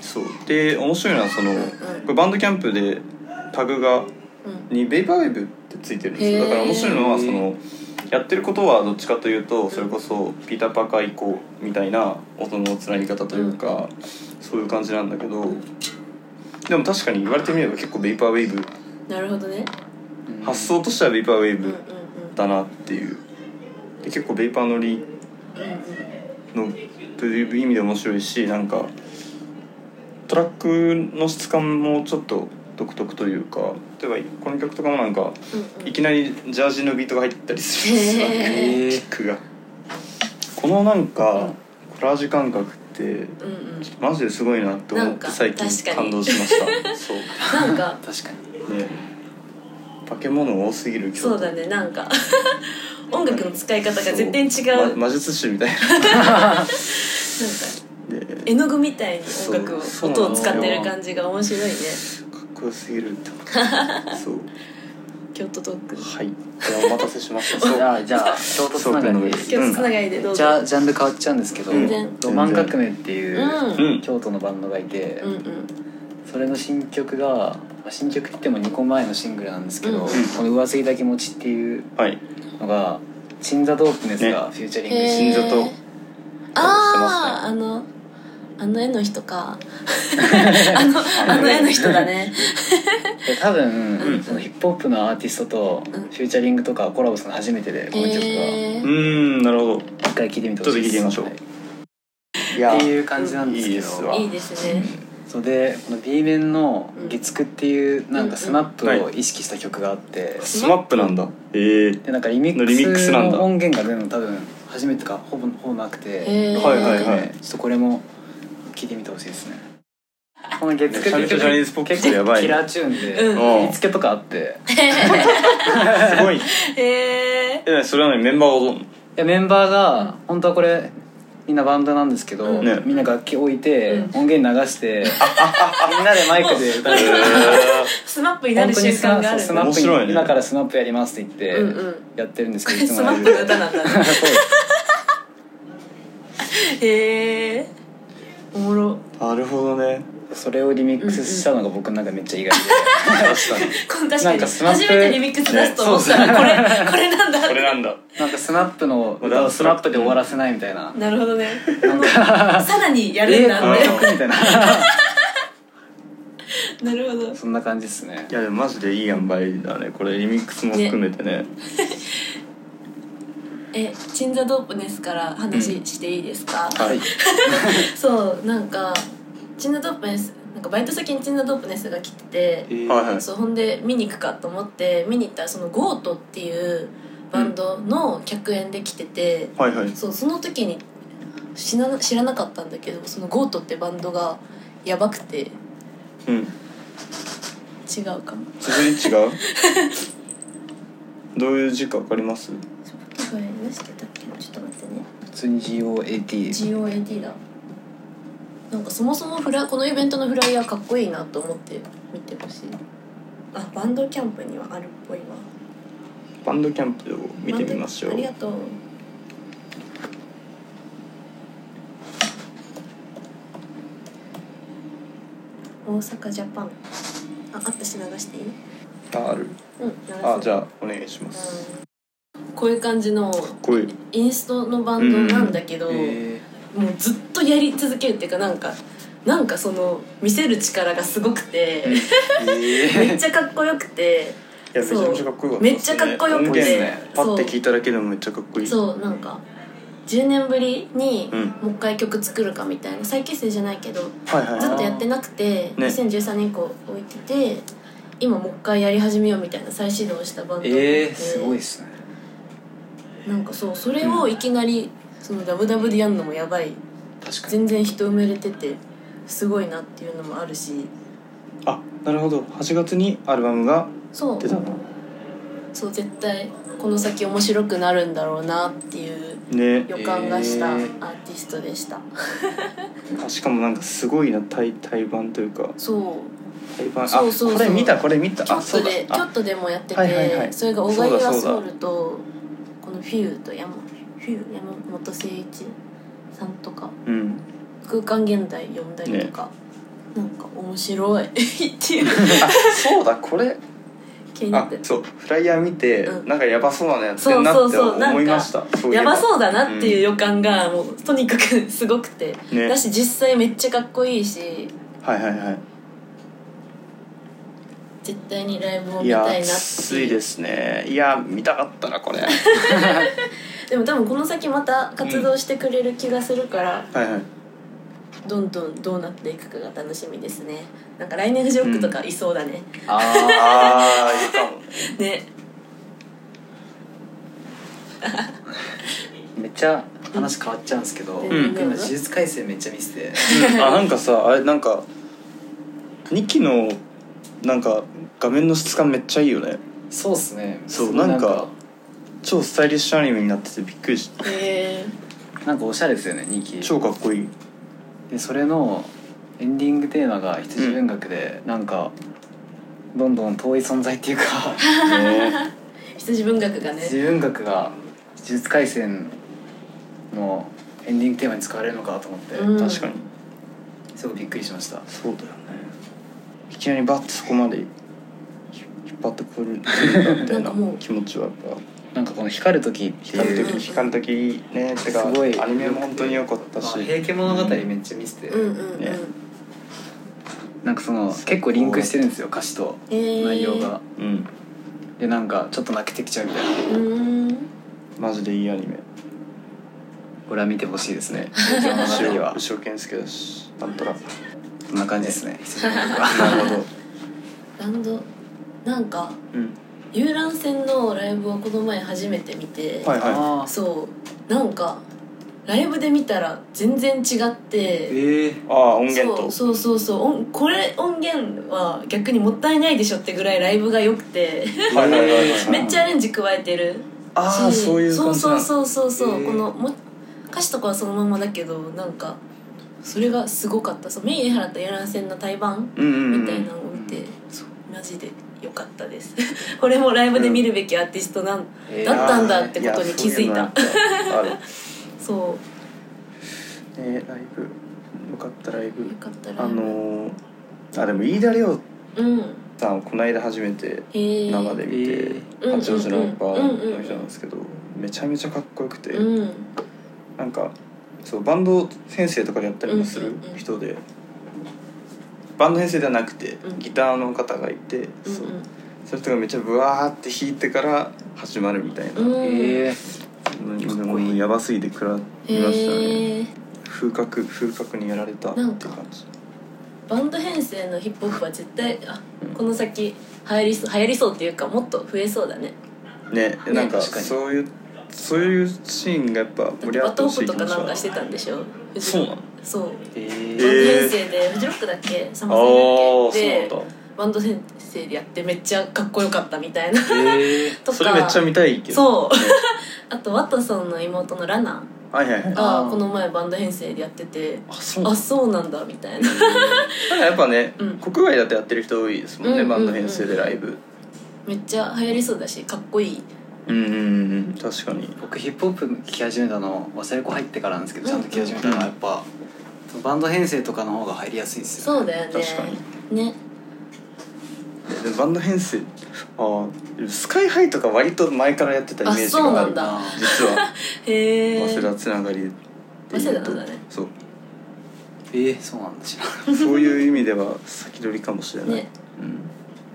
Speaker 2: そうで面白いのはその、
Speaker 3: んうん
Speaker 2: これバンドキャンプでタグが
Speaker 3: うん
Speaker 2: にベイバーウェブってついてるんですよ
Speaker 3: へ
Speaker 2: だ
Speaker 3: ー
Speaker 2: から面白いのはそのやってることはどっちかというとそれこそピーター・パーカー以降みたいな音のつなぎ方というか、そういう感じなんだけど、でも確かに言われてみれば結構ベイバーウェブ
Speaker 3: なるほどね
Speaker 4: ー
Speaker 2: 発想としてはベイバーウェ
Speaker 3: うんうん
Speaker 2: ブだなっていうで結構ベイパー乗りのという意味で面白いしなんかトラックの質感もちょっと独特というか例えばこの曲とかもなんか
Speaker 3: うん
Speaker 2: いきなりジャージのビートが入ったりするんですよ
Speaker 3: へ
Speaker 2: ね
Speaker 3: ー
Speaker 2: キックが。このなん
Speaker 3: う
Speaker 2: か
Speaker 3: ん
Speaker 2: コラージュ感覚って
Speaker 3: うんうんうん
Speaker 2: マジですごいなって思
Speaker 3: な
Speaker 2: っ
Speaker 3: ん
Speaker 2: て
Speaker 3: か
Speaker 2: 最近
Speaker 3: 確か
Speaker 2: 感
Speaker 3: に
Speaker 2: 動しま した。そう
Speaker 3: なんか
Speaker 4: 確かに
Speaker 2: ね化け物多すぎる
Speaker 3: そうだねなんか音楽の使い方が絶対に違う
Speaker 2: ま
Speaker 3: なんか
Speaker 2: 魔術師みたい なで
Speaker 3: 絵の具みたいに音楽を
Speaker 2: そう
Speaker 3: 音を使ってる感じが面白いね
Speaker 2: かっこよすぎるって思ってそう
Speaker 3: 京都トーク
Speaker 2: はいじゃあお待たせし ましたそう
Speaker 4: じゃあじゃあ京都つながりで
Speaker 3: 京都つながりでどう
Speaker 4: じ
Speaker 3: ぞ
Speaker 4: ゃあジャンル変わっちゃうんですけど
Speaker 2: 全
Speaker 3: 然
Speaker 4: ロマン革命っていううん
Speaker 2: うん
Speaker 4: 京都のバンドがいて
Speaker 3: うんうん
Speaker 4: そそれの新曲がまあ新曲って言っても2個前のシングルなんですけ
Speaker 3: う
Speaker 4: ど、
Speaker 3: ん
Speaker 4: この「上杉だけ持ち」っていう
Speaker 2: はい
Speaker 4: のが鎮座ドープネスがフューチャリングして、
Speaker 2: へ座と
Speaker 3: ああーあのあの絵の人かあのあの絵の人だね
Speaker 4: で多分、
Speaker 2: ん
Speaker 4: そのヒップホップのアーティストとフ
Speaker 3: うん
Speaker 4: ューチャリングとかコラボするの初めてでこの曲は
Speaker 3: へ
Speaker 2: う
Speaker 3: ー
Speaker 2: ーんなるほど
Speaker 4: 一回聴いてみてほしいです
Speaker 2: ちょっと聴いてみましょう
Speaker 4: はい
Speaker 2: いや
Speaker 4: っていう感じなんです
Speaker 2: いい
Speaker 4: け
Speaker 2: です
Speaker 4: ど
Speaker 2: わ
Speaker 3: いいですね
Speaker 4: そうでこの B 面の「月9」っていうなんかスマップを意識した曲があって、
Speaker 2: スマップなんだええ
Speaker 4: でなんかリミ
Speaker 2: のリミッ
Speaker 4: ッ
Speaker 2: ク
Speaker 4: ク
Speaker 2: ス
Speaker 4: ス
Speaker 2: な
Speaker 4: の
Speaker 2: んだ
Speaker 4: 音源が出るの多分初めてかほぼほぼなくて、
Speaker 3: へー
Speaker 2: はいはいはい
Speaker 4: ちょっとこれも聴いてみてほしいですねこの月9
Speaker 2: めちゃめちゃジャニーズポケットやばいね
Speaker 4: キラーチューンで、
Speaker 2: うん
Speaker 4: 振り付けとかあって
Speaker 2: すごい
Speaker 3: へえ
Speaker 2: えそれなのにメンバーはどうなの
Speaker 4: いやメンバーが本当はこれみんなバンドなんですけど、
Speaker 3: うん
Speaker 2: ね
Speaker 4: みんな楽器置いて、
Speaker 3: うん
Speaker 4: 音源流 してみんなでマイクで歌う
Speaker 3: スマップにな
Speaker 4: 本
Speaker 3: る
Speaker 4: 当に
Speaker 3: 瞬
Speaker 4: スマ
Speaker 3: 間があ
Speaker 4: そう
Speaker 3: る
Speaker 4: スマ
Speaker 2: 面
Speaker 4: ップ
Speaker 2: 白い
Speaker 4: に、
Speaker 2: ね
Speaker 4: 今からスマップやりますって言
Speaker 3: うん
Speaker 4: っ
Speaker 3: うん
Speaker 4: てやってるんですけど、い つ
Speaker 3: ス
Speaker 4: も
Speaker 3: マ
Speaker 4: ライ
Speaker 3: ッ
Speaker 4: ブ
Speaker 3: プの歌なんだね
Speaker 4: そう
Speaker 3: へえおもろ
Speaker 2: なるほどね
Speaker 4: それをリミックスしたのが僕なんかめっちゃ意外で、
Speaker 2: 確かに
Speaker 3: こん確か
Speaker 4: なん
Speaker 3: に
Speaker 4: かスマップ
Speaker 3: 初めてリミックス出すと思ったらこれこれなんだ
Speaker 2: これなんだ
Speaker 4: なんかスマップの歌をスマップで終わらせないみたいな、
Speaker 3: なるほ どね
Speaker 4: なんか
Speaker 3: さらにやる
Speaker 4: え
Speaker 3: ん
Speaker 4: ー
Speaker 3: だ
Speaker 4: この
Speaker 3: ね
Speaker 4: 曲みたいな
Speaker 3: なるほど
Speaker 4: そんな感じです ね
Speaker 2: いやでもマジでいい塩梅だねこれリミックスも含めてね
Speaker 3: え鎮座ドープネスから話していいですか、
Speaker 2: はい
Speaker 3: そうなんか鎮座ドープネスなんかバイト先に鎮座ドープネスが来てて
Speaker 4: えー
Speaker 2: はいはい
Speaker 3: そうほんで見に行くかと思って見に行ったらそのゴートっていうバンドの客演で来てて、
Speaker 2: はいはい
Speaker 3: そうその時に知らな知らなかったんだけどそのゴートってバンドがやばくて違
Speaker 2: うん
Speaker 3: うかも
Speaker 2: 綴り違 うどういう字かわかります
Speaker 3: どれ出してたっけちょっと待ってね
Speaker 4: 普通に GOAT
Speaker 3: GOAT だなんかそもそもフラこのイベントのフライヤーかっこいいなと思って見てほしいあバンドキャンプにはあるっぽいわ
Speaker 2: バンドキャンプを見てみましょう
Speaker 3: ありがとう大阪ジャパンあ、あったし流していい
Speaker 2: あある
Speaker 3: うん、流す
Speaker 2: あじゃあお願いします
Speaker 3: うんこういう感じの
Speaker 2: こういう
Speaker 3: インストのバンドなんだけど、
Speaker 4: え
Speaker 3: もうずっとやり続けるっていうかなんかなんかその見せる力がすごくて、めっちゃかっこよくて
Speaker 2: いやめちゃめちゃかっこよかったすね
Speaker 3: めっちゃかっこよくて
Speaker 2: 音源ねパ
Speaker 3: そう
Speaker 2: ッて聞いただけでもめっちゃかっこいい
Speaker 3: そうなんか10年ぶりに
Speaker 2: うん
Speaker 3: もう一回曲作るかみたいな再結成じゃないけど
Speaker 2: はいはい
Speaker 3: ずっ
Speaker 2: は
Speaker 3: と
Speaker 2: い
Speaker 3: やってなくて、
Speaker 2: ね
Speaker 3: 2013年以降置いてて今もう一回やり始めようみたいな再始動したバンドなので
Speaker 4: えー、すごいっすね
Speaker 3: なんかそうそれをいきなりそのダブダブでやるのもやばい
Speaker 4: 確かに
Speaker 3: 全然人埋めれててすごいなっていうのもあるし
Speaker 2: あなるほど8月にアルバムが
Speaker 3: そう
Speaker 2: 出たの
Speaker 3: そう絶対この先面白くなるんだろうなっていう
Speaker 2: ね
Speaker 3: 予感がしたア
Speaker 4: え
Speaker 3: ー
Speaker 4: ー
Speaker 3: ティストでした、
Speaker 2: あしかもなんかすごいな対対バンというか
Speaker 3: そう
Speaker 2: 対バンあ
Speaker 3: そうそうそう
Speaker 2: これ見たこれ見たあ
Speaker 3: 京
Speaker 2: そう
Speaker 3: 都
Speaker 2: だ
Speaker 3: で京
Speaker 2: あ
Speaker 3: 都でもやってて、
Speaker 2: はいはいはい
Speaker 3: それが小川
Speaker 2: そうだ
Speaker 3: ラ
Speaker 2: そうだ
Speaker 3: ソウルとこのフィーと山フィー山本誠一さんとか
Speaker 2: うん
Speaker 3: 空間現代読んだりとか、なんか面白いっていう
Speaker 2: あそうだこれ
Speaker 3: 気になっ
Speaker 2: あ
Speaker 3: て
Speaker 2: そうフライヤー見て、
Speaker 3: うん
Speaker 2: なんかやばそうなのやってんな
Speaker 3: そう
Speaker 2: って
Speaker 3: そうそうなんか
Speaker 2: 思いましたそういえ
Speaker 3: や
Speaker 2: ば
Speaker 3: ばそうだなっていう予感がもうとにかくすごくて、
Speaker 2: ね
Speaker 3: だし実際めっちゃかっこいいし
Speaker 2: はいはいはい
Speaker 3: 絶対にライブを
Speaker 2: い
Speaker 3: 見
Speaker 2: や
Speaker 3: たいなって
Speaker 2: 暑
Speaker 3: い
Speaker 2: いうですねいや見たかったな これは
Speaker 3: でも多分この先また活動してくれる気がするから、
Speaker 2: いはい
Speaker 3: どんどんどうなっていくかが楽しみですねなんか来年フジロックとかいそうだね、
Speaker 4: あ
Speaker 2: ああいいかも
Speaker 3: ね
Speaker 4: ーめっちゃ話変わっちゃうんですけど、
Speaker 3: うん
Speaker 4: 僕今呪術改正めっちゃ見せて
Speaker 2: うんあなんかさあれなんか2期のなんか画面の質感めっちゃいいよね
Speaker 4: そうっすね
Speaker 2: そう
Speaker 4: すごい
Speaker 2: なんか超スタイリッシュアニメになっててびっくりした
Speaker 3: え
Speaker 4: なんかおしゃれですよね2期
Speaker 2: 超かっこい い
Speaker 4: でそれのエンディングテーマが羊文学で、なんかどんどん遠い存在っていうか
Speaker 2: ね
Speaker 3: ー、羊文学がね
Speaker 4: 羊文学が「呪術廻戦」のエンディングテーマに使われるのかと思って、
Speaker 3: うん
Speaker 2: 確かに
Speaker 4: すごいびっくりしました
Speaker 2: そうだよねいきなりバッとそこまで引引っ張ってくるみたい
Speaker 3: なん
Speaker 2: な
Speaker 3: かもう
Speaker 2: 気持ちはやっぱ
Speaker 4: なんかこの光る時って
Speaker 2: 光
Speaker 4: い
Speaker 2: る
Speaker 4: う
Speaker 2: 時光る時ねてか
Speaker 4: すごい
Speaker 2: アニメも本当に良かったし
Speaker 5: あ平家物語めっちゃ見てて、
Speaker 3: うんうんうん、
Speaker 2: ね
Speaker 4: なんかその結構リンクしてるんですよ歌詞と
Speaker 3: えー、
Speaker 4: 内容が、
Speaker 2: うん
Speaker 4: でなんかちょっと泣けてきちゃうみたいな
Speaker 3: うーん
Speaker 2: マジでいいアニメ
Speaker 4: これは見てほしいで すね東京物語は
Speaker 2: 牛尾健介だしなんとなく
Speaker 4: そんな感じですね羊文学
Speaker 2: なるほど
Speaker 3: ランドなんか
Speaker 2: うん
Speaker 3: 遊覧船のライブをこの前初めて見て、
Speaker 2: はい はい
Speaker 4: は
Speaker 3: そうなんかライブで見たら全然違って
Speaker 5: ええ
Speaker 2: ああ音源と
Speaker 3: そうそうそうそう音これ音源は逆にもったいないでしょってぐらいライブが良くて
Speaker 2: はいはいはいはい
Speaker 3: めっちゃアレンジ加えてる
Speaker 2: ああ
Speaker 3: し
Speaker 2: そういう感じ
Speaker 3: そ
Speaker 2: な
Speaker 3: うんそうそうそうそう
Speaker 5: へー
Speaker 3: このも歌詞とかはそのままだけどなんかそれがすごかったそうメイン江原と遊覧船の対バン
Speaker 2: うんうんうん
Speaker 3: みたいなのを見て、そうマジで良かったです これもライブで見るべきアーティストなん、
Speaker 4: い
Speaker 3: だったんだってことに気づいた
Speaker 2: やそう いうのあ
Speaker 3: そ
Speaker 2: るねライブよかったライ
Speaker 3: うよ
Speaker 2: ブ
Speaker 3: かったら
Speaker 2: あのーあでも飯田亮
Speaker 3: うん
Speaker 2: さんをこの間初めて
Speaker 3: へー
Speaker 2: 生で見て、
Speaker 3: えー
Speaker 2: 八王子のラッパーの
Speaker 3: うんうんうんうん
Speaker 2: 人なんですけどめちゃめちゃかっこよくて、
Speaker 3: うん
Speaker 2: なんかそうバンド先生とかでやったりもする人で、バンド先生ではなくて
Speaker 3: うん
Speaker 2: ギターの方がいて、
Speaker 3: うん
Speaker 2: そうそれとかめっちゃブワーって弾いてから始まるみたいな、
Speaker 3: うんうん
Speaker 4: ええ
Speaker 2: もうやばすぎて食らいま
Speaker 3: へ
Speaker 2: したね
Speaker 3: ー
Speaker 2: 風格風格にやられたっていう感じ
Speaker 3: バンド編成のヒップホップは絶対あこの先流行りそう流行りそうっていうかもっと増えそうだね
Speaker 2: ね
Speaker 3: ね
Speaker 2: なんか
Speaker 4: 確かに
Speaker 2: そういうそういうシーンがやっぱ盛り上が
Speaker 3: バ
Speaker 2: って
Speaker 3: ト
Speaker 2: ほ
Speaker 3: オ
Speaker 2: し
Speaker 3: フ
Speaker 2: い気
Speaker 3: と
Speaker 2: 持ち
Speaker 3: かなん
Speaker 2: は
Speaker 3: かしてたんでしょフジ
Speaker 2: そうなの
Speaker 3: そうバンド
Speaker 4: え
Speaker 2: え
Speaker 4: え
Speaker 2: ー
Speaker 3: 編成でフジロックだっけサマ
Speaker 2: ああ
Speaker 3: ソ
Speaker 2: ー
Speaker 3: ニだっけ
Speaker 2: そうなん
Speaker 3: で
Speaker 2: だ
Speaker 3: バンド編成でやってめっちゃかっこよかったみたいなとか
Speaker 2: それめっちゃ見たいけど
Speaker 3: そう
Speaker 2: ね
Speaker 3: あとワトソンの妹のラナ
Speaker 2: はいはいはい
Speaker 3: が
Speaker 4: あー
Speaker 3: この前バンド編成でやってて
Speaker 2: あそう
Speaker 3: あそうなんだみたいな
Speaker 2: なんかやっぱね、
Speaker 3: うん
Speaker 2: 国外だとやってる人多いですもんね、
Speaker 3: うん
Speaker 2: バンド編成でライブ
Speaker 3: めっちゃ流行りそうだしかっこいい
Speaker 2: うんうんうん確かに
Speaker 4: 僕ヒップホップ聴き始めたの忘れ子入ってからなんですけどちゃんと聴き始めたのはやっぱバンド編成とかの方が入りやすいですよ
Speaker 3: そうだよね
Speaker 2: 確か
Speaker 3: ね
Speaker 2: でバンド編成ああスカイハイとか割と前からやってたイメージ
Speaker 3: あそう
Speaker 2: が
Speaker 3: な
Speaker 2: あ
Speaker 3: ん
Speaker 2: る
Speaker 3: だ
Speaker 2: 実は
Speaker 3: へえ
Speaker 2: 早稲田つながりで
Speaker 3: 早
Speaker 2: 言
Speaker 3: 稲
Speaker 2: う
Speaker 3: 田
Speaker 2: と
Speaker 3: なんだね
Speaker 2: そう
Speaker 4: ええそうなんだ知らなかっ
Speaker 2: そういう意味では先取りかもしれない、
Speaker 3: ね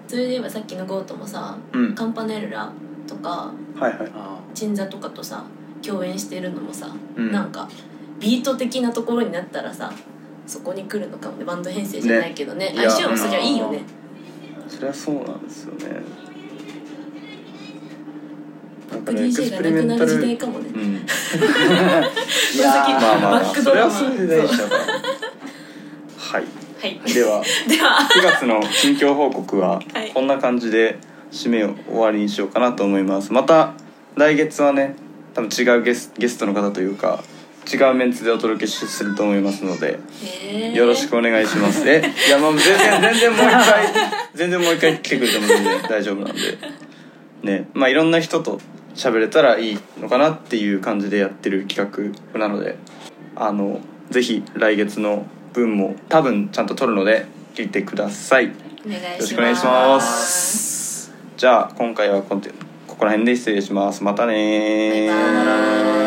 Speaker 3: それで言えばさっきのゴートもさ、
Speaker 2: うん、うん、
Speaker 3: カンパネルラとか
Speaker 2: はいはい
Speaker 4: たあ
Speaker 3: 鎮座とかとさ共演してるのもさ、
Speaker 2: うん
Speaker 3: なんかビート的なところになったらさそこに来るのかもねバンド編成じゃないけどね
Speaker 2: ねいや
Speaker 3: 相性もそりゃいいよね
Speaker 2: そりゃそうなんですよねだからエ
Speaker 3: バック
Speaker 2: ク
Speaker 3: DJ
Speaker 2: ス
Speaker 3: が
Speaker 2: ペ
Speaker 3: な
Speaker 2: リメ
Speaker 3: く
Speaker 2: ン
Speaker 3: な
Speaker 2: タ
Speaker 3: る
Speaker 2: ル
Speaker 3: 時代かもね、
Speaker 2: うん
Speaker 4: いやー
Speaker 2: まあまあ、ま
Speaker 3: バ
Speaker 2: あ、
Speaker 3: ック
Speaker 2: そ
Speaker 3: ド
Speaker 2: れ
Speaker 3: ラ
Speaker 2: は
Speaker 3: マ
Speaker 2: そういう大事だからはい
Speaker 3: はい
Speaker 2: では
Speaker 3: では
Speaker 2: 9月の近況報告は
Speaker 3: はい
Speaker 2: こんな感じで締めを終わりにしようかなと思いますまた来月はね多分違うゲスゲストの方というか違うメンツでお届けすると思いますのでよろしくお願いしますえいやもう全然全然もう一 回全然もう一回来てくれても全然大丈夫なんでねまあいろんな人と喋れたらいいのかなっていう感じでやってる企画なのであのぜひ来月の分も多分ちゃんと撮るので聞いてください
Speaker 3: お願い
Speaker 2: よ
Speaker 3: します
Speaker 2: ろしくお願いしますじゃあ今回はこんてここら辺で失礼しますまたねー
Speaker 3: バイバーイ